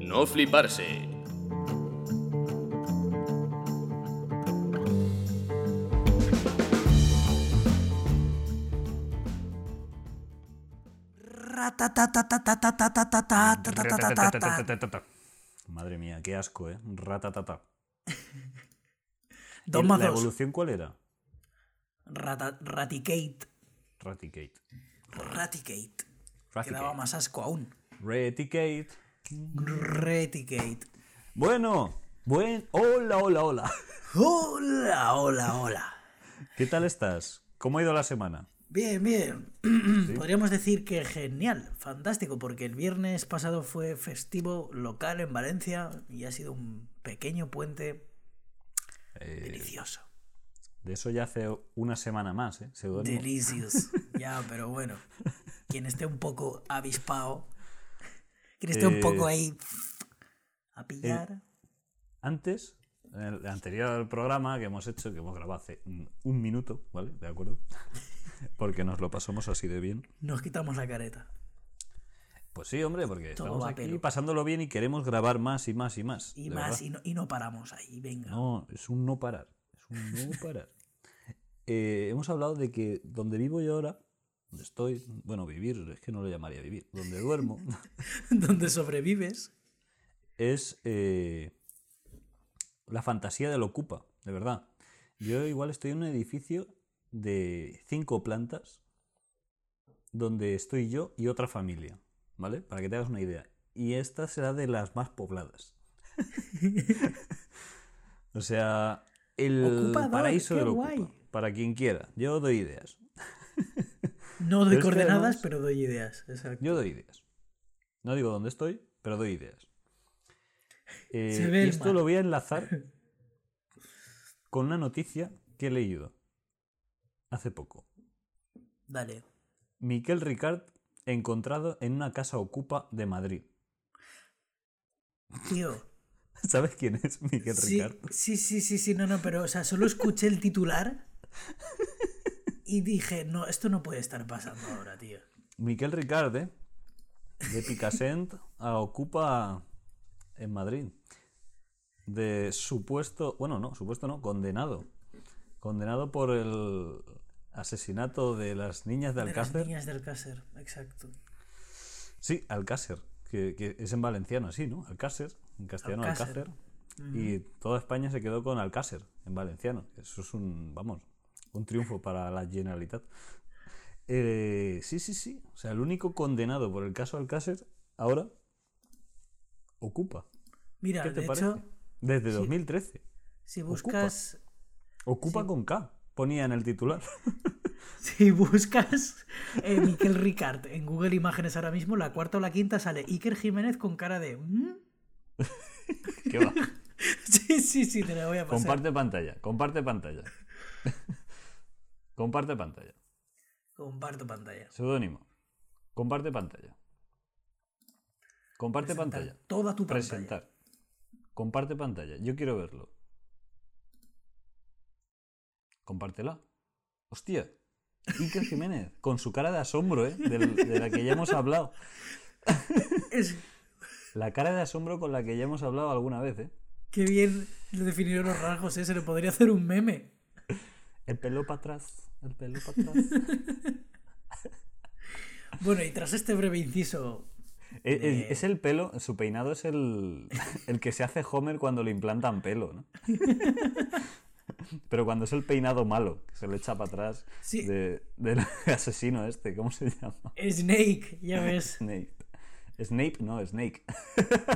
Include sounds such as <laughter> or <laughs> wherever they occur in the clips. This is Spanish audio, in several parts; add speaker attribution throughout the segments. Speaker 1: no fliparse.
Speaker 2: Madre mía, qué asco, ¿eh? Ratatata.
Speaker 3: Dos
Speaker 2: ¿Y
Speaker 3: más
Speaker 2: ¿La
Speaker 3: dos.
Speaker 2: evolución cuál era?
Speaker 3: Rata- raticate.
Speaker 2: Raticate.
Speaker 3: Raticate. Que daba
Speaker 2: Raticate.
Speaker 3: más asco aún.
Speaker 2: Raticate.
Speaker 3: Raticate.
Speaker 2: Bueno, buen. Hola, hola, hola.
Speaker 3: Hola, hola, hola.
Speaker 2: ¿Qué tal estás? ¿Cómo ha ido la semana?
Speaker 3: Bien, bien. <clears throat> Podríamos decir que genial, fantástico, porque el viernes pasado fue festivo local en Valencia y ha sido un pequeño puente
Speaker 2: Eh,
Speaker 3: delicioso.
Speaker 2: de eso ya hace una semana más, ¿eh? Se duerme.
Speaker 3: Delicious. ya, pero bueno. Quien esté un poco avispado, quien esté un
Speaker 2: Eh,
Speaker 3: poco ahí a pillar.
Speaker 2: Antes, en el anterior programa que hemos hecho, que hemos grabado hace un un minuto, ¿vale? ¿De acuerdo? Porque nos lo pasamos así de bien.
Speaker 3: Nos quitamos la careta.
Speaker 2: Pues sí, hombre, porque
Speaker 3: Todo
Speaker 2: estamos
Speaker 3: va a
Speaker 2: aquí
Speaker 3: pelo.
Speaker 2: pasándolo bien y queremos grabar más y más y más.
Speaker 3: Y
Speaker 2: de
Speaker 3: más,
Speaker 2: verdad.
Speaker 3: y no, y no paramos ahí, venga.
Speaker 2: No, es un no parar. Es un no parar. Eh, hemos hablado de que donde vivo yo ahora, donde estoy, bueno, vivir, es que no lo llamaría vivir, donde duermo,
Speaker 3: <laughs> Donde sobrevives.
Speaker 2: es eh, la fantasía del ocupa, de verdad. Yo igual estoy en un edificio de cinco plantas donde estoy yo y otra familia, ¿vale? Para que te hagas una idea. Y esta será de las más pobladas. <laughs> o sea, el
Speaker 3: Ocupa, vale,
Speaker 2: paraíso
Speaker 3: qué
Speaker 2: del
Speaker 3: guay.
Speaker 2: ocupa. Para quien quiera. Yo doy ideas.
Speaker 3: No doy
Speaker 2: Pero es que
Speaker 3: coordenadas,
Speaker 2: además-
Speaker 3: pero doy ideas. Exacto.
Speaker 2: Yo doy ideas. No digo dónde estoy, pero doy ideas. Eh,
Speaker 3: <laughs> Se ve
Speaker 2: y
Speaker 3: el
Speaker 2: esto
Speaker 3: mar.
Speaker 2: lo voy
Speaker 3: <laughs>
Speaker 2: a enlazar con una noticia que he leído hace poco.
Speaker 3: Dale.
Speaker 2: Miquel Ricard encontrado en una casa ocupa de Madrid. <laughs>
Speaker 3: Tío.
Speaker 2: ¿Sabes quién es Miquel
Speaker 3: Sí,
Speaker 2: Ricard?
Speaker 3: sí, sí, sí, sí, no, no, pero, o sea, solo escuché el
Speaker 2: <laughs>
Speaker 3: titular y dije, no, esto no puede estar pasando ahora, tío.
Speaker 2: Miquel Ricard, ¿eh? De <laughs> Picassent a ocupa en Madrid. De supuesto, bueno, no, supuesto no, condenado. Condenado por el asesinato de las niñas de
Speaker 3: De las
Speaker 2: Alcácer.
Speaker 3: niñas del Cácer, exacto.
Speaker 2: Sí, Alcácer, que, que es en valenciano así, ¿no? Alcácer, en castellano
Speaker 3: Alcácer.
Speaker 2: Alcácer. Y toda España se quedó con Alcácer, en valenciano. Eso es un, vamos, un triunfo para la Generalitat. Eh, sí, sí, sí. O sea, el único condenado por el caso Alcácer ahora ocupa.
Speaker 3: Mira,
Speaker 2: ¿Qué
Speaker 3: de
Speaker 2: te parece?
Speaker 3: hecho,
Speaker 2: Desde 2013.
Speaker 3: si buscas,
Speaker 2: Ocupa con K, ponía en el titular. <laughs>
Speaker 3: <laughs> si buscas eh, Miquel Ricard en Google Imágenes ahora mismo, la cuarta o la quinta sale Iker Jiménez con cara de... "¿Mm?". <laughs>
Speaker 2: ¿Qué va?
Speaker 3: Sí, sí, sí, te la voy a pasar.
Speaker 2: Comparte pantalla, comparte pantalla. <laughs> comparte pantalla.
Speaker 3: Comparto pantalla.
Speaker 2: Seudónimo. Comparte pantalla. Comparte
Speaker 3: Presentar
Speaker 2: pantalla.
Speaker 3: Toda tu pantalla.
Speaker 2: Presentar. Comparte pantalla. Yo quiero verlo. Compártela. Hostia. Iker Jiménez, con su cara de asombro, ¿eh? Del- de la que ya hemos hablado.
Speaker 3: <laughs> Es,
Speaker 2: La cara de asombro con la que ya hemos hablado alguna vez, ¿eh?
Speaker 3: qué bien lo definieron los rasgos, ¿eh? se le podría hacer un meme.
Speaker 2: El pelo para atrás, el pelo para atrás.
Speaker 3: Bueno, y tras este breve inciso,
Speaker 2: Es, es- es el pelo, su peinado es el, <laughs> el que se hace Homer cuando le implantan pelo, ¿no? <laughs> Pero cuando es el peinado malo, que se le echa para atrás
Speaker 3: Sí.
Speaker 2: de- del <laughs> asesino este, ¿cómo se llama?
Speaker 3: Snake, ya ves.
Speaker 2: Snape. Snape, no, Snake.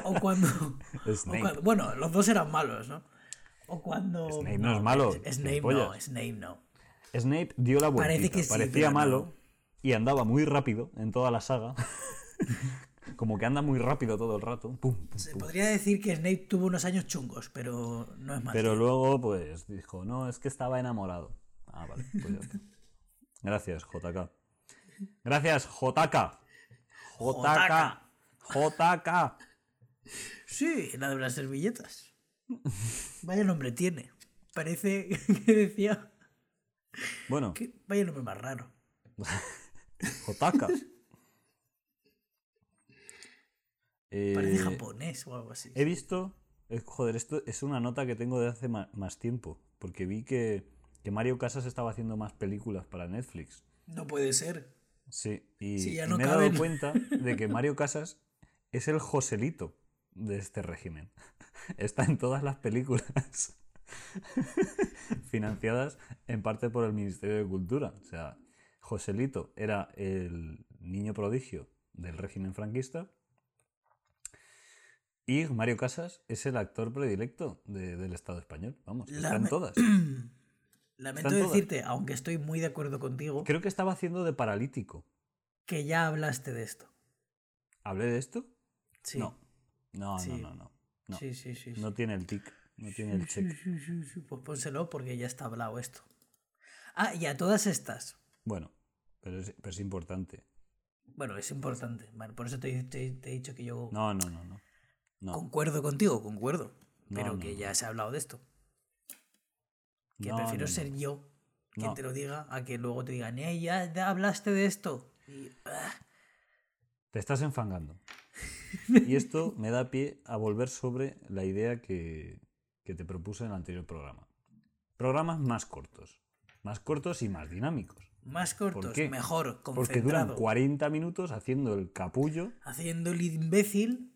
Speaker 3: O cuando.
Speaker 2: <laughs>
Speaker 3: <laughs>
Speaker 2: Snape.
Speaker 3: o cuando- bueno, los dos eran malos, ¿no? O cuando.
Speaker 2: Snape no es malo,
Speaker 3: S- Snape no,
Speaker 2: gilipollas.
Speaker 3: Snape no.
Speaker 2: Snape dio la vuelta.
Speaker 3: Parece que sí,
Speaker 2: parecía
Speaker 3: pero no.
Speaker 2: malo y andaba muy rápido en toda la saga. <laughs> Como que anda muy rápido todo el rato. Pum, pum,
Speaker 3: Se
Speaker 2: pum.
Speaker 3: podría decir que Snape tuvo unos años chungos, pero no es malo.
Speaker 2: Pero luego, pues, dijo, no, es que estaba enamorado. Ah, vale, pues ya está. Gracias, JK. Gracias, JK. JK. JK.
Speaker 3: Sí, la de las
Speaker 2: <laughs>
Speaker 3: servilletas. Vaya nombre tiene. Parece <laughs> que decía.
Speaker 2: Bueno,
Speaker 3: que- vaya nombre más raro. <laughs>
Speaker 2: JK. Eh,
Speaker 3: Parece japonés o algo así.
Speaker 2: He visto. eh, Joder, esto es una nota que tengo de hace ma- más tiempo. Porque vi que, que Mario Casas estaba haciendo más películas para Netflix.
Speaker 3: No puede ser.
Speaker 2: Sí, y,
Speaker 3: Sí, ya
Speaker 2: y
Speaker 3: no
Speaker 2: me he
Speaker 3: caben.
Speaker 2: dado cuenta de
Speaker 3: <laughs>
Speaker 2: que Mario Casas es el Joselito de este régimen. <laughs> Está en todas las películas <laughs> financiadas en parte por el Ministerio de Cultura. O sea, Joselito era el niño prodigio del régimen franquista y Mario Casas es el actor predilecto de- del Estado español. Vamos,
Speaker 3: La
Speaker 2: están
Speaker 3: me- <coughs>
Speaker 2: todas.
Speaker 3: <clears throat> Lamento
Speaker 2: Están todas.
Speaker 3: decirte, aunque estoy muy de acuerdo contigo,
Speaker 2: Creo que estaba haciendo de paralítico.
Speaker 3: que ya hablaste de esto.
Speaker 2: ¿Hablé de esto?
Speaker 3: Sí.
Speaker 2: No. No,
Speaker 3: Sí.
Speaker 2: no, no, no. no.
Speaker 3: Sí, sí, sí. sí.
Speaker 2: No tiene el tic, no tiene el
Speaker 3: Sí,
Speaker 2: check.
Speaker 3: <laughs> sí, sí, sí, Pues pónselo porque ya está hablado esto. Ah, y a todas estas.
Speaker 2: Bueno, pero es, pero es importante.
Speaker 3: Bueno, es importante. Bueno, por eso te, te- te he dicho que yo
Speaker 2: No, no, no, no. No,
Speaker 3: concuerdo contigo, concuerdo.
Speaker 2: No,
Speaker 3: Pero
Speaker 2: no,
Speaker 3: que
Speaker 2: no.
Speaker 3: ya se ha hablado de esto. Que
Speaker 2: no,
Speaker 3: prefiero
Speaker 2: no, no.
Speaker 3: ser yo quien
Speaker 2: No.
Speaker 3: te lo diga a que luego te digan, eh, ya, ya hablaste de esto. Y, ah,
Speaker 2: Te estás enfangando.
Speaker 3: <laughs>
Speaker 2: Y esto me da pie a volver sobre la idea que, que te propuse en el anterior programa. Programas más cortos. Más cortos y más dinámicos.
Speaker 3: más cortos,
Speaker 2: qué?
Speaker 3: mejor,
Speaker 2: Porque duran
Speaker 3: concentrado.
Speaker 2: 40 minutos haciendo el capullo
Speaker 3: haciendo el imbécil,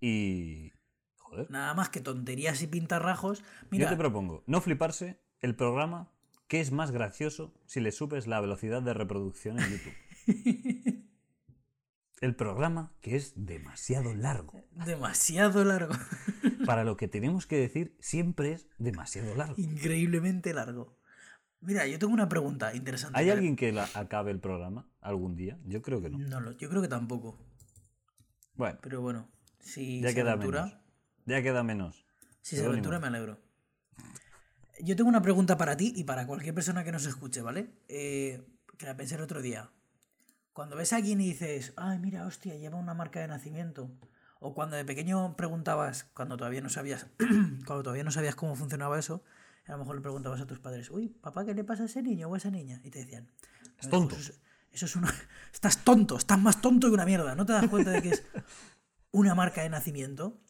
Speaker 2: y... Joder.
Speaker 3: nada más que tonterías y pintarrajos.
Speaker 2: Yo
Speaker 3: Mira,
Speaker 2: te propongo no fliparse el programa que es más gracioso si le subes la velocidad de reproducción en YouTube. El programa que es demasiado largo.
Speaker 3: demasiado largo. <laughs>
Speaker 2: Para lo que tenemos que decir siempre es demasiado largo.
Speaker 3: Increíblemente largo. Mira, yo tengo una pregunta interesante.
Speaker 2: ¿Hay
Speaker 3: pero-
Speaker 2: alguien que la acabe el programa algún día? Yo creo que no.
Speaker 3: No lo, yo creo que tampoco.
Speaker 2: Bueno,
Speaker 3: Pero bueno, si
Speaker 2: ya
Speaker 3: se
Speaker 2: queda
Speaker 3: aventura,
Speaker 2: menos. Ya queda menos.
Speaker 3: si se
Speaker 2: Pero
Speaker 3: aventura
Speaker 2: ni
Speaker 3: me alegro. Yo tengo una pregunta para ti y para cualquier persona que nos escuche, ¿vale? Eh, que la pensé el otro día. Cuando ves a alguien y dices, ay, mira, hostia, lleva una marca de nacimiento. O cuando de pequeño preguntabas, cuando todavía no sabías, <clears throat> cuando todavía no sabías cómo funcionaba eso, a lo mejor le preguntabas a tus padres, uy, papá, ¿qué le pasa a ese niño o a esa niña? Y te decían, "No, hijo,
Speaker 2: tonto".
Speaker 3: Eso es, eso es una. <laughs> Estás tonto, estás más tonto que una mierda. ¿No te das cuenta de que es una marca de nacimiento?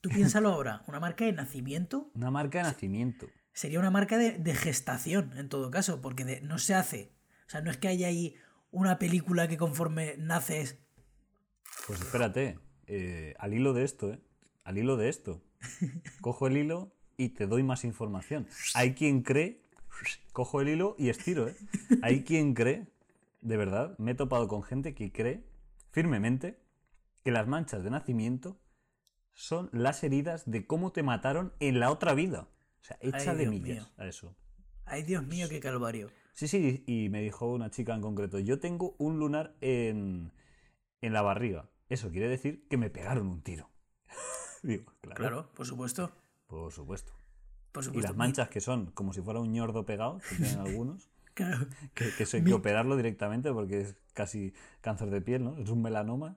Speaker 3: Tú piénsalo ahora, una marca de nacimiento
Speaker 2: Una marca de nacimiento.
Speaker 3: sería una marca de, de gestación, en todo caso, porque de- no se hace. O sea, no es que haya ahí una película que conforme naces.
Speaker 2: Pues espérate, eh, al hilo de esto, ¿eh? Al hilo de esto. Cojo el hilo y te doy más información. Hay quien cree, cojo el hilo y estiro, ¿eh? Hay quien cree, de verdad, me he topado con gente que cree firmemente que las manchas de nacimiento son las heridas de cómo te mataron en la otra vida. O sea, hecha
Speaker 3: Ay,
Speaker 2: de
Speaker 3: Dios
Speaker 2: millas
Speaker 3: mío.
Speaker 2: a eso.
Speaker 3: Ay, Dios mío, qué calvario.
Speaker 2: Sí, sí, y me dijo una chica en concreto, yo tengo un lunar en, en la barriga. Eso quiere decir que me pegaron un tiro. <laughs> Digo, claro,
Speaker 3: Claro, por supuesto.
Speaker 2: por supuesto.
Speaker 3: Por
Speaker 2: Y
Speaker 3: supuesto.
Speaker 2: las manchas que son como si fuera un ñordo pegado,
Speaker 3: <laughs>
Speaker 2: que tienen algunos,
Speaker 3: Claro.
Speaker 2: que, que eso hay que operarlo directamente porque es casi cáncer de piel, ¿no? Es un melanoma.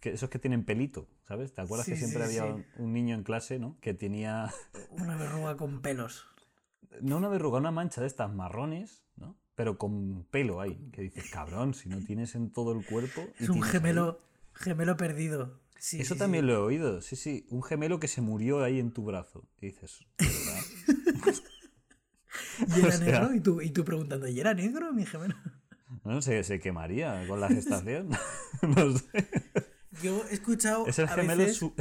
Speaker 2: Que esos que tienen pelito, ¿sabes? ¿Te acuerdas
Speaker 3: Sí,
Speaker 2: que siempre
Speaker 3: sí,
Speaker 2: había
Speaker 3: sí.
Speaker 2: un niño en clase, ¿no? Que tenía,
Speaker 3: Una verruga con pelos.
Speaker 2: no una verruga, una mancha de estas marrones, ¿no? Pero con pelo ahí, que dices, cabrón, si no tienes en todo el cuerpo... y
Speaker 3: Es un
Speaker 2: tienes ahí".
Speaker 3: gemelo, gemelo perdido. Sí, sí,
Speaker 2: Eso
Speaker 3: sí.
Speaker 2: también lo he oído, sí, sí. Un gemelo que se murió ahí en tu brazo. Y dices, ¿verdad?
Speaker 3: Y
Speaker 2: <laughs> o
Speaker 3: era
Speaker 2: sea-
Speaker 3: negro y tú, y tú preguntando, ¿y era negro mi gemelo?
Speaker 2: no sé, se quemaría con la gestación. <laughs> no sé.
Speaker 3: Yo he escuchado.
Speaker 2: Es el
Speaker 3: a
Speaker 2: gemelo
Speaker 3: veces-
Speaker 2: su-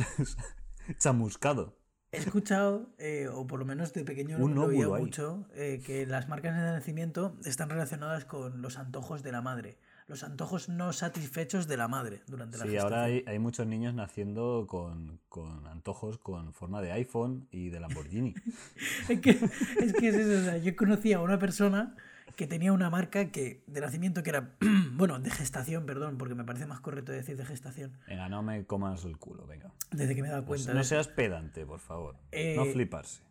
Speaker 2: <laughs> chamuscado.
Speaker 3: He escuchado, eh, o por lo menos de pequeño
Speaker 2: Un
Speaker 3: lo oía
Speaker 2: óvulo ahí.
Speaker 3: mucho, eh, que las marcas de nacimiento están relacionadas con los antojos de la madre. Los antojos no satisfechos de la madre durante la
Speaker 2: Sí,
Speaker 3: gestación.
Speaker 2: ahora hay, hay muchos niños naciendo con, con antojos con forma de iPhone y de Lamborghini.
Speaker 3: <laughs> <laughs> Es que, es que es eso, o sea, yo conocía a una persona que tenía una marca que de nacimiento que era, <clears throat> bueno, de gestación, perdón, porque me parece más correcto decir de gestación,
Speaker 2: Venga, no me comas el culo, venga.
Speaker 3: desde que me he dado
Speaker 2: No,
Speaker 3: cuenta.
Speaker 2: Pues no
Speaker 3: de eso.
Speaker 2: seas pedante, por favor.
Speaker 3: Eh,
Speaker 2: No fliparse.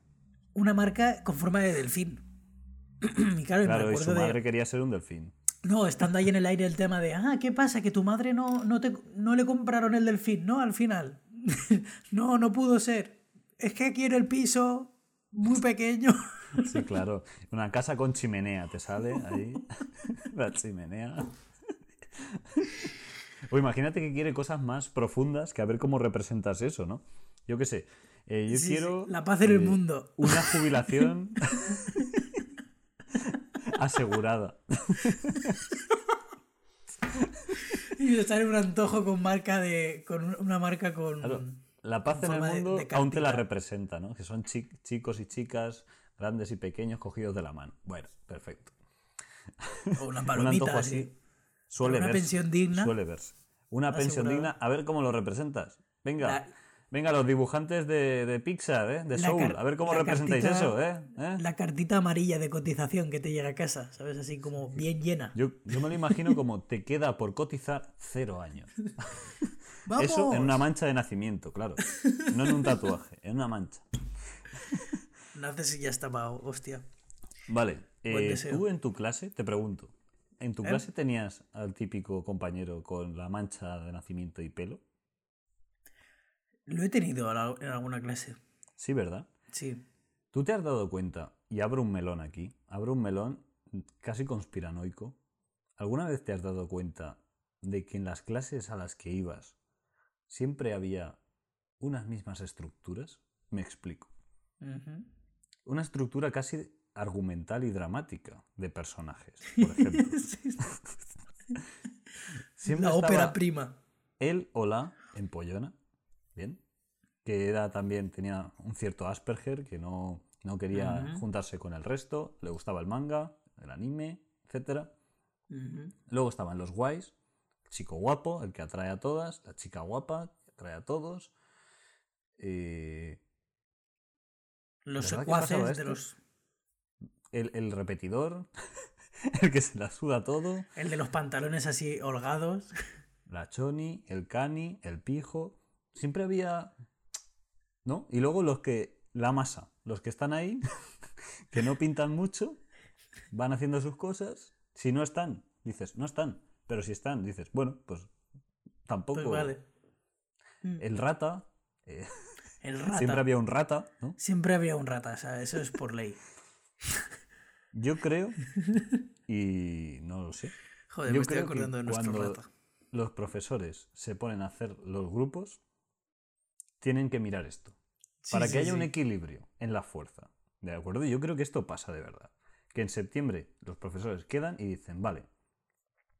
Speaker 3: Una marca con forma de delfín. <clears throat> Y claro, y me
Speaker 2: Claro, y
Speaker 3: acuerdo
Speaker 2: su
Speaker 3: de...
Speaker 2: madre quería ser un delfín.
Speaker 3: No, estando ahí en el aire el tema de, ah, ¿qué pasa? Que tu madre no, no, te, no le compraron el delfín, ¿no? Al final. <laughs> no, no pudo ser. Es que aquí en el piso, muy
Speaker 2: <laughs>
Speaker 3: pequeño.
Speaker 2: Sí, claro. Una casa con <laughs> chimenea, te sale ahí. La chimenea. O imagínate que quiere cosas más profundas que a ver cómo representas eso, ¿no? Yo qué sé. eh, yo
Speaker 3: Sí, sí,
Speaker 2: quiero.
Speaker 3: La paz en el
Speaker 2: eh,
Speaker 3: mundo. <laughs>
Speaker 2: Una jubilación. <laughs> asegurada.
Speaker 3: Y estar en un antojo con marca de. con un- una marca con.
Speaker 2: Claro, la paz en el
Speaker 3: forma de-
Speaker 2: mundo
Speaker 3: de
Speaker 2: aún te la
Speaker 3: cartita.
Speaker 2: representa, ¿no? Que son chi- chicos y chicas, grandes y pequeños, cogidos de la mano. Bueno, perfecto.
Speaker 3: o una
Speaker 2: Un antojo
Speaker 3: palomita así.
Speaker 2: así.
Speaker 3: eh. Pero
Speaker 2: Suele
Speaker 3: una
Speaker 2: verse,
Speaker 3: pensión digna.
Speaker 2: Suele verse. Una pensión digna.
Speaker 3: Asegurada.
Speaker 2: A ver cómo lo representas. Venga.
Speaker 3: La-
Speaker 2: Venga, los dibujantes de, de Pixar, ¿eh? de
Speaker 3: La
Speaker 2: Soul.
Speaker 3: car-
Speaker 2: A ver cómo
Speaker 3: la
Speaker 2: representáis
Speaker 3: cartita-
Speaker 2: eso, ¿eh? ¿Eh?
Speaker 3: La cartita amarilla de cotización que te llega a casa, ¿sabes? Así como bien llena.
Speaker 2: Yo, yo me lo imagino como te queda por cotizar
Speaker 3: <laughs>
Speaker 2: cero años.
Speaker 3: ¡Vamos!
Speaker 2: Eso en una mancha de nacimiento, claro. No en un tatuaje, en una mancha.
Speaker 3: Naces y ya está pago, hostia.
Speaker 2: Vale,
Speaker 3: Buen
Speaker 2: eh,
Speaker 3: deseo. ¿Eh?
Speaker 2: tú en tu clase, te pregunto, ¿en tu clase tenías al típico compañero con la mancha de nacimiento y pelo?
Speaker 3: Lo he tenido a la- en alguna clase.
Speaker 2: Sí, ¿verdad?
Speaker 3: Sí.
Speaker 2: ¿Tú te has dado cuenta? Y abro un melón aquí, abro un melón casi conspiranoico. ¿Alguna vez te has dado cuenta de que en las clases a las que ibas siempre había unas mismas estructuras? Me explico.
Speaker 3: Ujú.
Speaker 2: Una estructura casi argumental y dramática de personajes, por
Speaker 3: <laughs>
Speaker 2: ejemplo. Siempre
Speaker 3: La
Speaker 2: estaba
Speaker 3: ópera prima.
Speaker 2: él o la empollona, bien, que era también, tenía un cierto Asperger, que no, no quería
Speaker 3: Ujú.
Speaker 2: juntarse con el resto, le gustaba el manga, el anime, etc.
Speaker 3: Ujú.
Speaker 2: Luego estaban los guays, el chico guapo, el que atrae a todas, la chica guapa, que atrae a todos. eh,
Speaker 3: Los
Speaker 2: ¿Verdad que pasaba
Speaker 3: secuaces
Speaker 2: esto?
Speaker 3: de los.
Speaker 2: el, el repetidor, <laughs> el que se la suda todo,
Speaker 3: El de los pantalones así holgados. <laughs>
Speaker 2: la choni, el cani, el pijo. Siempre había. ¿No? Y luego los que. La masa. Los que están ahí, <laughs> que no pintan mucho, van haciendo sus cosas. Si no están, dices, no están. Pero si están, dices, bueno, pues tampoco.
Speaker 3: Pues vale. Mm.
Speaker 2: El rata. eh,
Speaker 3: El rata.
Speaker 2: Siempre había un rata, ¿no?
Speaker 3: Siempre había un rata, o sea, eso es por
Speaker 2: <laughs>
Speaker 3: ley.
Speaker 2: Yo creo. Y no lo sé.
Speaker 3: Joder,
Speaker 2: Yo
Speaker 3: me estoy
Speaker 2: creo que
Speaker 3: acordando de nuestro
Speaker 2: cuando
Speaker 3: rata.
Speaker 2: Los profesores se ponen a hacer los grupos, tienen que mirar esto.
Speaker 3: Sí,
Speaker 2: para
Speaker 3: sí,
Speaker 2: que haya un
Speaker 3: sí.
Speaker 2: equilibrio en la fuerza. ¿De acuerdo? Yo creo que esto pasa de verdad. Que en septiembre los profesores quedan y dicen, vale,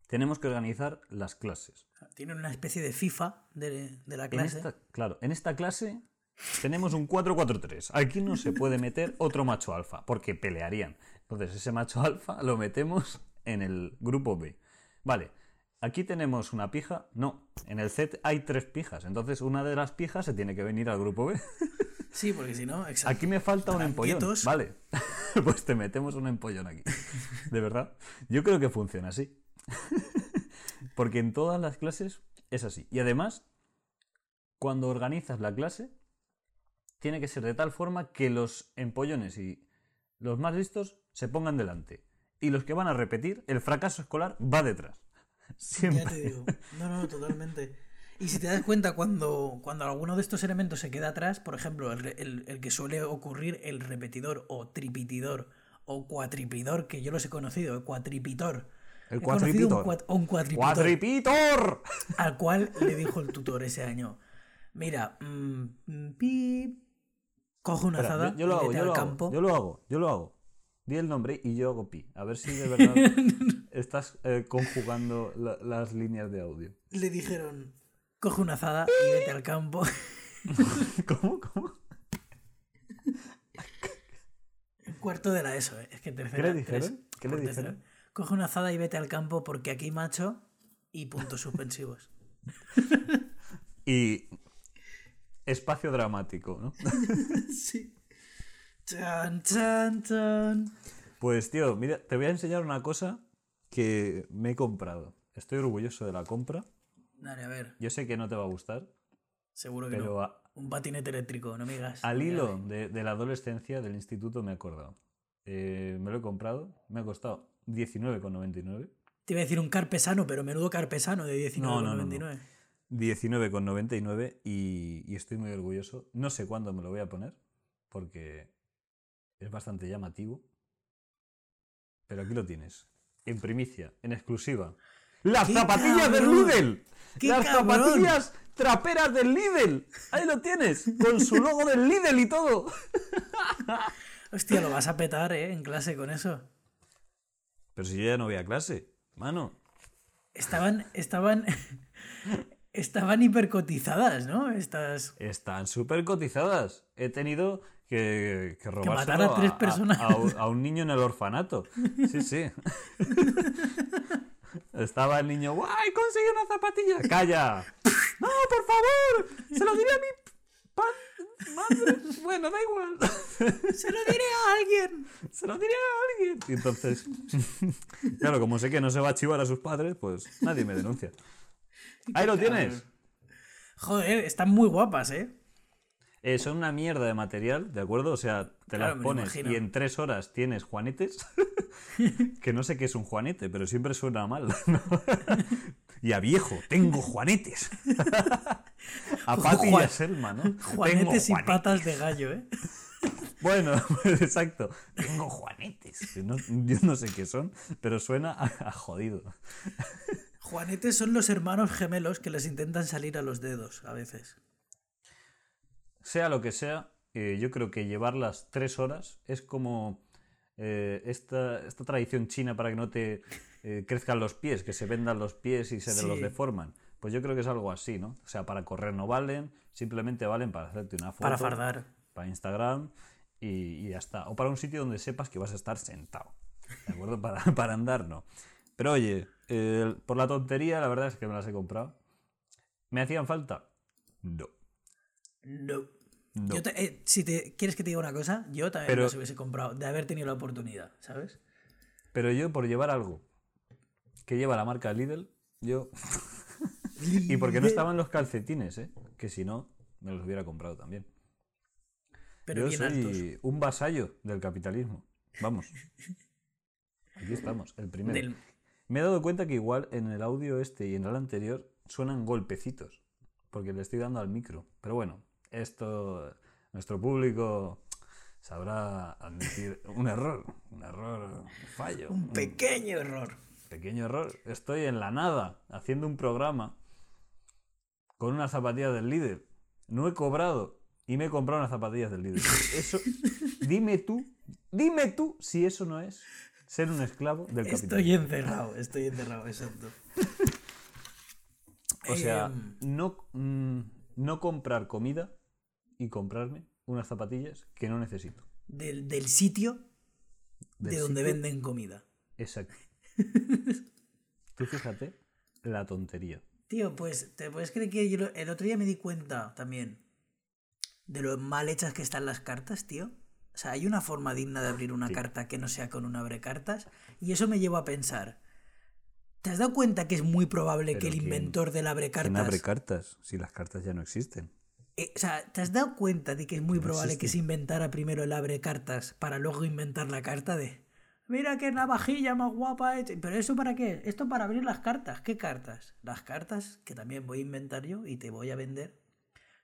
Speaker 2: tenemos que organizar las clases.
Speaker 3: Tienen una especie de FIFA de, de la
Speaker 2: En
Speaker 3: clase.
Speaker 2: esta, claro, en esta clase tenemos un 4-4-3. Aquí no se puede meter otro macho alfa, porque pelearían. Entonces ese macho <laughs> alfa lo metemos en el grupo B. Vale, aquí tenemos una pija. No, en el Z hay tres pijas. Entonces una de las pijas se tiene que venir al grupo B.
Speaker 3: Sí, porque si no, exacto.
Speaker 2: Aquí me falta un empollón.
Speaker 3: Tranquietos.
Speaker 2: Vale. <laughs> pues te metemos un empollón aquí. De verdad. Yo creo que funciona así. <laughs> Porque en todas las clases es así. Y además, cuando organizas la clase, tiene que ser de tal forma que los empollones y los más listos se pongan delante. Y los que van a repetir, el fracaso escolar va detrás.
Speaker 3: Ya
Speaker 2: Siempre.
Speaker 3: te digo. No, no, totalmente. Y si te das cuenta, cuando, cuando alguno de estos elementos se queda atrás, por ejemplo, el, re- el- el que suele ocurrir, el repetidor o tripitidor o cuatripidor, que yo los he conocido, el cuatripitor.
Speaker 2: El
Speaker 3: He conocido un
Speaker 2: cuatripitor.
Speaker 3: cuat- un cuatripitor.
Speaker 2: ¡Cuadripitor!
Speaker 3: Al cual le dijo el tutor ese año: Mira, mm, mm, pip, coge una
Speaker 2: Espera,
Speaker 3: azada,
Speaker 2: yo, yo lo hago,
Speaker 3: vete
Speaker 2: yo
Speaker 3: al
Speaker 2: lo
Speaker 3: campo.
Speaker 2: hago, yo lo hago, yo lo hago. Di el nombre y yo hago pi. A ver si de
Speaker 3: <laughs>
Speaker 2: verdad estás eh, conjugando la- las líneas
Speaker 3: <laughs>
Speaker 2: de audio.
Speaker 3: Le dijeron: Coge una azada y vete al campo. <laughs>
Speaker 2: ¿Cómo? ¿Cómo?
Speaker 3: Cuarto de la ESO, ¿eh? es que tercera.
Speaker 2: ¿Qué le dijeron?
Speaker 3: tres,
Speaker 2: ¿Qué le
Speaker 3: por tercera.
Speaker 2: dijeron?
Speaker 3: Coge una azada y vete al campo porque aquí macho y
Speaker 2: <laughs>
Speaker 3: puntos suspensivos.
Speaker 2: Y espacio dramático, ¿no? <laughs>
Speaker 3: sí. Chan, chan, chan.
Speaker 2: Pues tío, mira, te voy a enseñar una cosa que me he comprado. Estoy orgulloso de la compra.
Speaker 3: Dale, a ver,
Speaker 2: Yo sé que no te va a gustar,
Speaker 3: seguro que no.
Speaker 2: pero a-
Speaker 3: Un patinete eléctrico, no me digas.
Speaker 2: al
Speaker 3: Mira, eh,
Speaker 2: hilo de, de la adolescencia del instituto me he acordado. Eh, me lo he comprado, me ha costado 19,99.
Speaker 3: Te iba a decir un carpesano, pero menudo carpesano de 19,99.
Speaker 2: No, no, no, no. 19,99 y, y estoy muy orgulloso. No sé cuándo me lo voy a poner porque es bastante llamativo. Pero aquí lo tienes. En primicia, en exclusiva. ¡Las
Speaker 3: ¡Qué
Speaker 2: zapatillas del
Speaker 3: cabrón!
Speaker 2: Lidl!
Speaker 3: ¡Qué
Speaker 2: las
Speaker 3: cabrón!
Speaker 2: zapatillas traperas del Lidl. Ahí lo tienes, con su logo del Lidl y todo.
Speaker 3: Hostia, lo vas a petar, ¿eh? En clase con eso.
Speaker 2: Pero si yo ya no voy a clase, mano.
Speaker 3: Estaban, estaban, <laughs> estaban hipercotizadas, ¿no?
Speaker 2: <laughs>
Speaker 3: Estas...
Speaker 2: Están súper cotizadas. He tenido que, que robárselo
Speaker 3: matar a tres personas.
Speaker 2: a un- a un niño en el orfanato. Sí,
Speaker 3: <laughs>
Speaker 2: sí. Estaba el niño, ¡guay! ¡Conseguí una zapatilla! ¡Calla! ¡No, por favor! ¡Se lo diré a mi pa- madre! Bueno, da igual.
Speaker 3: Se lo diré a alguien.
Speaker 2: ¡Se lo diré a alguien! Y entonces, <laughs> claro, como sé que no se va a chivar a sus padres, pues nadie me denuncia. Ahí lo tienes.
Speaker 3: Joder, están muy guapas, ¿eh?
Speaker 2: Eh, son una mierda de material, ¿de acuerdo? O sea, te
Speaker 3: Claro, me
Speaker 2: las
Speaker 3: lo
Speaker 2: pones
Speaker 3: imagino.
Speaker 2: y en tres horas tienes
Speaker 3: <laughs>
Speaker 2: juanetes. que no sé qué es un juanete, pero siempre suena mal. <laughs> ¿no? y a viejo, tengo juanetes. a Pati y
Speaker 3: Juan-
Speaker 2: a Selma, ¿no? Tengo
Speaker 3: Juanetes y
Speaker 2: juanetes.
Speaker 3: patas de gallo, <laughs> ¿eh?
Speaker 2: Bueno, <laughs> pues, exacto. Tengo juanetes. No- yo no sé qué son, pero suena a, a jodido.
Speaker 3: Juanetes son los hermanos gemelos que les intentan salir a los dedos a veces.
Speaker 2: Sea lo que sea, eh, yo creo que llevar las tres horas es como eh, esta, esta tradición china para que no te eh, crezcan los pies, que se vendan los pies y se te los
Speaker 3: Sí.
Speaker 2: deforman. Pues yo creo que es algo así, ¿no? O sea, para correr no valen, simplemente valen para hacerte una foto,
Speaker 3: Para fardar.
Speaker 2: para Instagram y, y ya está. O para un sitio donde sepas que vas a estar sentado. ¿De acuerdo? <laughs> Para, para andar, no. Pero oye, eh, por la tontería, la verdad es que me las he comprado. ¿Me hacían falta? No.
Speaker 3: No.
Speaker 2: No.
Speaker 3: Yo te- eh, si te, quieres que te diga una cosa, yo también
Speaker 2: Pero-
Speaker 3: las hubiese comprado de haber tenido la oportunidad, ¿sabes?
Speaker 2: Pero yo por llevar algo que lleva la marca Lidl, yo... <laughs> y porque no estaban los calcetines, ¿eh? Que si no, me los hubiera comprado también.
Speaker 3: Pero
Speaker 2: yo
Speaker 3: bien altos.
Speaker 2: soy un vasallo del capitalismo. Vamos. Aquí estamos, el primero.
Speaker 3: Del-
Speaker 2: Me he dado cuenta que igual en el audio este y en el anterior suenan golpecitos, porque le estoy dando al micro. Pero bueno, esto nuestro público sabrá admitir un error, un error, un fallo,
Speaker 3: Un pequeño error.
Speaker 2: Pequeño error. Estoy en la nada haciendo un programa con unas zapatillas del líder. No he cobrado y me he comprado unas zapatillas del líder.
Speaker 3: <laughs>
Speaker 2: Eso, dime tú, dime tú si eso no es ser un esclavo del
Speaker 3: Estoy
Speaker 2: capitalismo.
Speaker 3: encerrado, estoy encerrado, exacto.
Speaker 2: O sea,
Speaker 3: Em.
Speaker 2: no, mm, no comprar comida y comprarme unas zapatillas que no necesito.
Speaker 3: Del, del sitio de
Speaker 2: Del
Speaker 3: donde
Speaker 2: sitio-
Speaker 3: venden comida.
Speaker 2: Exacto.
Speaker 3: <laughs>
Speaker 2: tú fíjate la tontería.
Speaker 3: Tío, pues te puedes creer que yo lo- el otro día me di cuenta también de lo mal hechas que están las cartas, tío. O sea, hay una forma digna de abrir una carta que no sea con un abrecartas. Y eso me llevó a pensar. ¿Te has dado cuenta que es muy probable que
Speaker 2: Pero
Speaker 3: el
Speaker 2: ¿quién-
Speaker 3: inventor del
Speaker 2: ¿Quién abre
Speaker 3: abrecartas...
Speaker 2: cartas si las cartas ya no existen?
Speaker 3: eh, o sea, ¿te has dado cuenta de que es muy
Speaker 2: No
Speaker 3: probable que
Speaker 2: existe.
Speaker 3: se inventara primero el abrecartas para luego inventar la carta de... Mira qué navajilla más guapa he hecho". ¿Pero eso para qué? Esto para abrir las cartas. ¿Qué cartas? Las cartas que también voy a inventar yo y te voy a vender.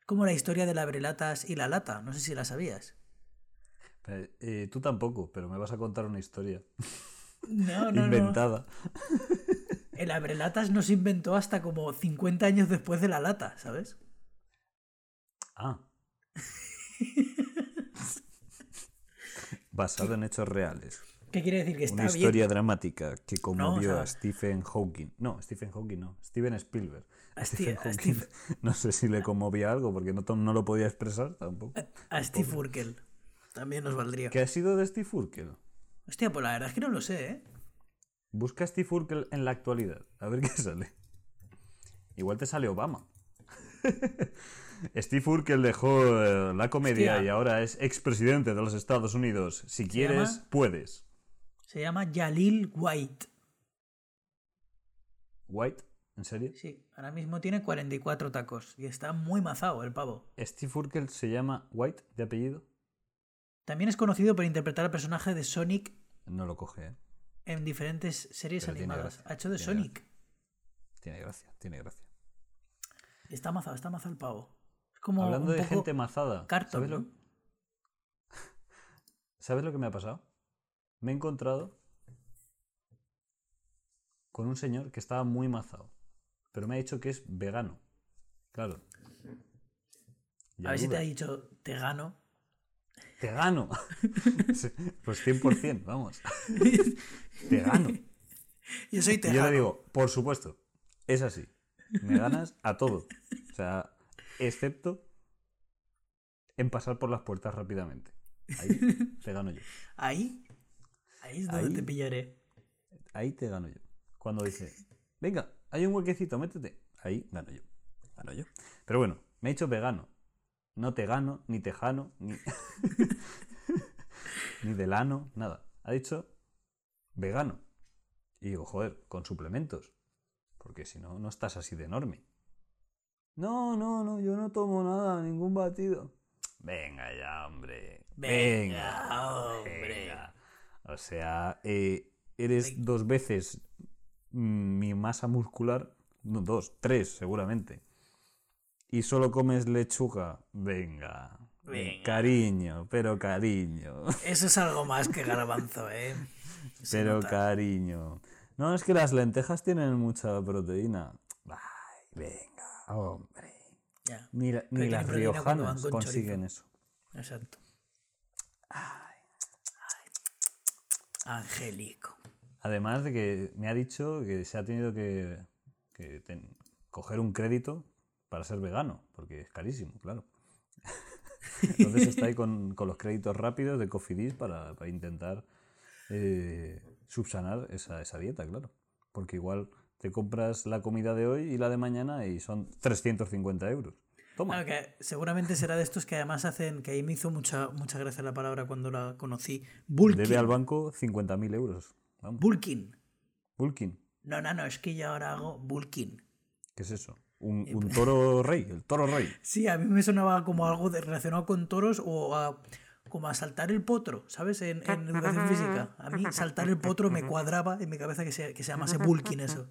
Speaker 3: Como la historia del abrelatas y la lata. No sé si la sabías.
Speaker 2: Eh, eh, tú tampoco, pero me vas a contar una historia
Speaker 3: No, no, no. <laughs>
Speaker 2: inventada.
Speaker 3: El abrelatas no se inventó hasta como 50 años después de la lata, ¿sabes?
Speaker 2: Ah. Basado en hechos reales.
Speaker 3: ¿Qué quiere decir? Que está
Speaker 2: una
Speaker 3: bien.
Speaker 2: historia dramática que conmovió
Speaker 3: sea-
Speaker 2: a Stephen Hawking. No, Stephen Hawking no, Steven Spielberg.
Speaker 3: A
Speaker 2: Stephen
Speaker 3: Steve- a
Speaker 2: Hawking,
Speaker 3: Steve-
Speaker 2: <laughs> no sé si le conmovía algo porque no, to- no lo podía expresar tampoco.
Speaker 3: A Steve Urkel. También nos valdría.
Speaker 2: ¿Qué ha sido de Steve Urkel?
Speaker 3: Hostia, pues la verdad es que no lo sé, ¿eh?
Speaker 2: Busca a Steve Urkel en la actualidad, a ver qué <laughs> sale. Igual te sale Obama. <laughs> Steve Urkel dejó eh, la comedia
Speaker 3: Hostia.
Speaker 2: y ahora es expresidente de los Estados Unidos. Si quieres,
Speaker 3: llama?
Speaker 2: puedes.
Speaker 3: Se llama Jalil White.
Speaker 2: White, ¿en serio?
Speaker 3: Sí, ahora mismo tiene 44 tacos y está muy mazao el pavo.
Speaker 2: Steve Urkel se llama White de apellido.
Speaker 3: También es conocido por interpretar al personaje de Sonic
Speaker 2: No lo coge, ¿eh?
Speaker 3: en diferentes series
Speaker 2: Pero tiene
Speaker 3: animadas.
Speaker 2: gracia,
Speaker 3: Ha hecho de
Speaker 2: tiene
Speaker 3: Sonic.
Speaker 2: Tiene gracia, tiene gracia.
Speaker 3: Y está mazao, está mazao el pavo. Es como
Speaker 2: Hablando
Speaker 3: un
Speaker 2: de
Speaker 3: poco
Speaker 2: gente mazada,
Speaker 3: Cartman,
Speaker 2: ¿sabes, lo,
Speaker 3: ¿no?
Speaker 2: ¿sabes lo que me ha pasado? Me he encontrado con un señor que estaba muy mazado. Pero me ha dicho que es vegano. Claro.
Speaker 3: A ver si te ha dicho, te gano.
Speaker 2: Te gano.
Speaker 3: <laughs>
Speaker 2: pues 100%, vamos. te gano.
Speaker 3: Yo soy
Speaker 2: Y <laughs> yo le
Speaker 3: tejano.
Speaker 2: digo, por supuesto, es así. Me ganas a todo. O sea, excepto en pasar por las puertas rápidamente. Ahí te gano yo.
Speaker 3: Ahí, ahí es donde
Speaker 2: Ahí.
Speaker 3: te pillaré.
Speaker 2: Ahí te gano yo. Cuando dice, venga, hay un huequecito, métete. Ahí gano yo. Gano yo. Pero bueno, me he hecho vegano. No te gano, ni tejano, ni. <laughs> ni delano, nada. Ha dicho vegano. Y digo, joder, con suplementos. Porque si no, no estás así de enorme. No, no, no, yo no tomo nada, ningún batido. Venga ya, hombre.
Speaker 3: Venga, hombre.
Speaker 2: venga. O sea, eh, eres dos veces mm, mi masa muscular. No, dos, tres, seguramente. Y solo comes lechuga. Venga.
Speaker 3: Venga.
Speaker 2: Cariño, pero cariño.
Speaker 3: <laughs> Eso es algo más que garbanzo,
Speaker 2: <laughs>
Speaker 3: ¿eh? Se
Speaker 2: Pero
Speaker 3: nota.
Speaker 2: cariño. No, es que las lentejas tienen mucha proteína. Ay, venga, hombre.
Speaker 3: Ya,
Speaker 2: Ni, la- ni
Speaker 3: tiene
Speaker 2: las
Speaker 3: proteína cuando van
Speaker 2: riojanas
Speaker 3: con
Speaker 2: consiguen eso.
Speaker 3: exacto. Angélico.
Speaker 2: Además de que me ha dicho que se ha tenido que, que ten- coger un crédito para ser vegano, porque es carísimo, claro. <laughs> Entonces está ahí con, con los créditos rápidos de Cofidis para, para intentar eh, subsanar esa, esa dieta, claro. Porque igual te compras la comida de hoy y la de mañana y son 350 euros. Toma.
Speaker 3: Claro que seguramente será de estos que además hacen, que ahí me hizo mucha, mucha gracia la palabra cuando la conocí.
Speaker 2: Debe
Speaker 3: Bulking.
Speaker 2: al banco 50.000 euros. Vamos.
Speaker 3: Bulking.
Speaker 2: Bulking.
Speaker 3: No, no, no, es que yo ahora hago bulking.
Speaker 2: ¿Qué es eso? Un,
Speaker 3: Eh,
Speaker 2: un toro rey, el toro rey.
Speaker 3: Sí, a mí me sonaba como algo de- relacionado con toros o a, como a saltar el potro, ¿sabes? En, en educación física. A mí saltar el potro me cuadraba en mi cabeza que se, que se llamase bulking eso.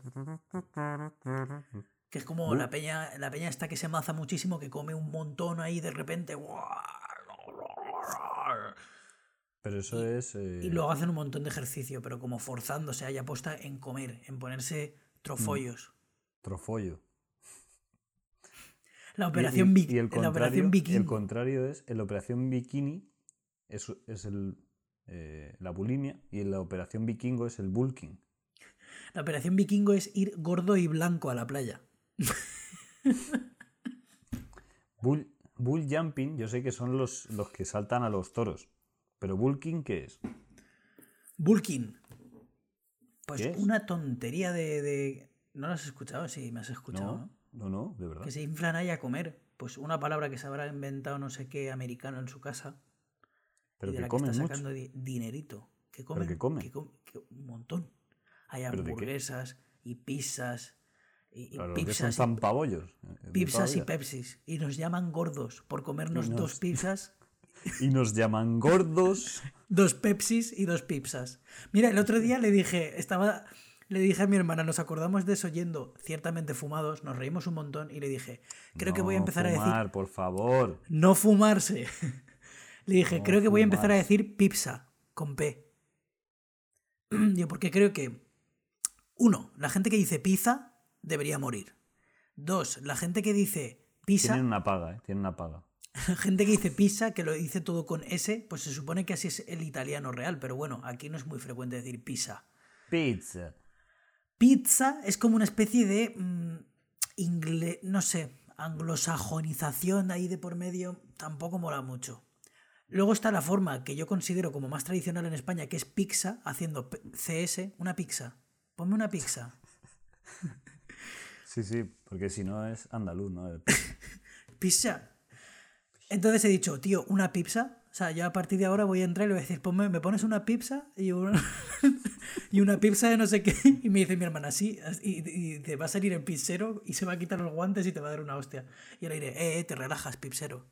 Speaker 3: Que es como la peña, la peña esta que se maza muchísimo, que come un montón ahí de repente.
Speaker 2: Pero eso es. eh,
Speaker 3: Y luego hacen un montón de ejercicio, pero como forzándose haya aposta en comer, en ponerse trofollos.
Speaker 2: Mm. Trofollo.
Speaker 3: La
Speaker 2: Y- y-
Speaker 3: operación, vi-
Speaker 2: y el
Speaker 3: la operación
Speaker 2: contrario-
Speaker 3: bikini.
Speaker 2: El contrario es, en la operación bikini es, es el, eh, la bulimia y en la operación vikingo es el bulking.
Speaker 3: La operación vikingo es ir gordo y blanco a la playa.
Speaker 2: Bull, bull jumping, yo sé que son los, los que saltan a los toros. Pero bulking, ¿qué es?
Speaker 3: Bulking. Pues
Speaker 2: ¿Qué es?
Speaker 3: una tontería de, de- ¿No lo has escuchado? Sí, me has escuchado.
Speaker 2: No,
Speaker 3: ¿no?
Speaker 2: no, no, de verdad.
Speaker 3: Que se inflan ahí a comer. Pues una palabra que se habrá inventado no sé qué americano en su casa.
Speaker 2: Pero
Speaker 3: y de
Speaker 2: que
Speaker 3: la que está
Speaker 2: comen mucho.
Speaker 3: sacando di- dinerito. Que comen,
Speaker 2: que comen?
Speaker 3: com- que un montón. Hay
Speaker 2: ¿Pero de qué?
Speaker 3: hamburguesas y pizzas. Y, y
Speaker 2: Claro, que son
Speaker 3: pizzas, y,
Speaker 2: tan pavollos. eh, de toda
Speaker 3: pizzas y
Speaker 2: vida.
Speaker 3: pepsis. Y nos llaman gordos por comernos
Speaker 2: Y nos- <laughs>
Speaker 3: dos pizzas
Speaker 2: Y nos llaman gordos.
Speaker 3: dos Pepsis y dos pizzas. Mira, el otro día le dije, estaba, le dije a mi hermana, nos acordamos de eso yendo ciertamente fumados, nos reímos un montón y le dije, creo que voy a
Speaker 2: No
Speaker 3: empezar a decir
Speaker 2: fumar, por favor.
Speaker 3: no fumarse. <laughs> le dije,
Speaker 2: No
Speaker 3: creo que voy a empezar a
Speaker 2: fumarse.
Speaker 3: decir pizza con P. <clears throat> Yo porque creo que uno, la gente que dice pizza debería morir. Dos, la gente que dice pizza <laughs>
Speaker 2: Tienen una paga, eh, Tienen una paga.
Speaker 3: Gente que dice pizza, que lo dice todo con S, pues se supone que así es el italiano real, pero bueno, aquí no es muy frecuente decir pizza.
Speaker 2: Pizza.
Speaker 3: Pizza es como una especie de mm, ingle- no sé, anglosajonización ahí de por medio, tampoco mola mucho. Luego está la forma que yo considero como más tradicional en España, que es pizza, haciendo p- CS, una pizza. Ponme una pizza.
Speaker 2: Sí, sí, porque si no es
Speaker 3: <laughs>
Speaker 2: andaluz, ¿no? El-
Speaker 3: Pizza. Entonces he dicho, tío, una pizza. O sea, yo a partir de ahora voy a entrar y le voy a decir, ponme, me pones una pizza y una, <laughs> y una pizza de no sé qué. Y me dice mi hermana, sí. Y, y te va a salir el pizzero y se va a quitar los guantes y te va a dar una hostia. Y ahora diré, eh, eh, te relajas, pipsero.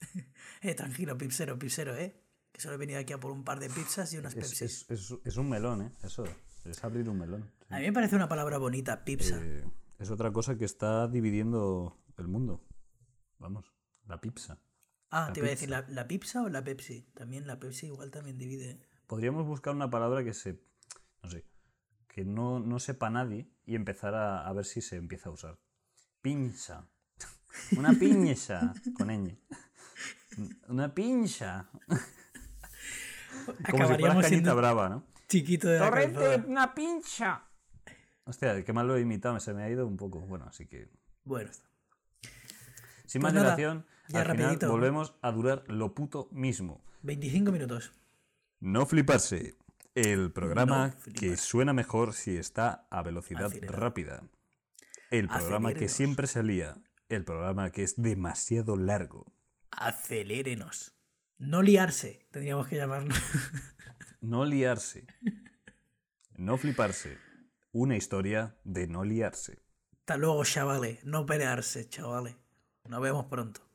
Speaker 3: <laughs> eh, tranquilo, pipsero, pipsero, eh. Que solo he venido aquí a por un par de pizzas y unas
Speaker 2: Es,
Speaker 3: pepsis.
Speaker 2: es- es- es un melón, ¿eh? Eso. Es abrir un melón.
Speaker 3: A mí me parece una palabra bonita, pizza.
Speaker 2: Eh, es otra cosa que está dividiendo el mundo. Vamos, la pizza.
Speaker 3: ah,
Speaker 2: la
Speaker 3: te iba a decir, ¿la, ¿la pizza o la Pepsi? También la Pepsi igual también divide. ¿eh?
Speaker 2: Podríamos buscar una palabra que se. No sé. que no, no sepa nadie y empezar a, a ver si se empieza a usar.
Speaker 3: <laughs>
Speaker 2: Pinza. Una pinza con ñ. Una pinza. Como si fuera
Speaker 3: Acabaríamos
Speaker 2: cañita
Speaker 3: siendo
Speaker 2: brava, ¿no?
Speaker 3: chiquito de la calzada.
Speaker 2: una pincha. Hostia, qué mal lo he imitado, se me ha ido un poco. Bueno, así que.
Speaker 3: Bueno,
Speaker 2: Sin
Speaker 3: Pues
Speaker 2: más
Speaker 3: nada,
Speaker 2: dilación,
Speaker 3: ya
Speaker 2: al final
Speaker 3: rapidito.
Speaker 2: volvemos a durar lo puto mismo.
Speaker 3: 25 minutos.
Speaker 2: No fliparse. El programa
Speaker 3: No fliparse.
Speaker 2: que suena mejor si está a velocidad
Speaker 3: Acelerado.
Speaker 2: rápida. El programa que
Speaker 3: Acelérenos.
Speaker 2: siempre se lía. El programa que es demasiado largo.
Speaker 3: Acelérenos. No liarse, tendríamos que llamarnos. <laughs>
Speaker 2: No liarse. No fliparse. Una historia de no liarse.
Speaker 3: Hasta luego, chavales. No pelearse, chavales. Nos vemos pronto.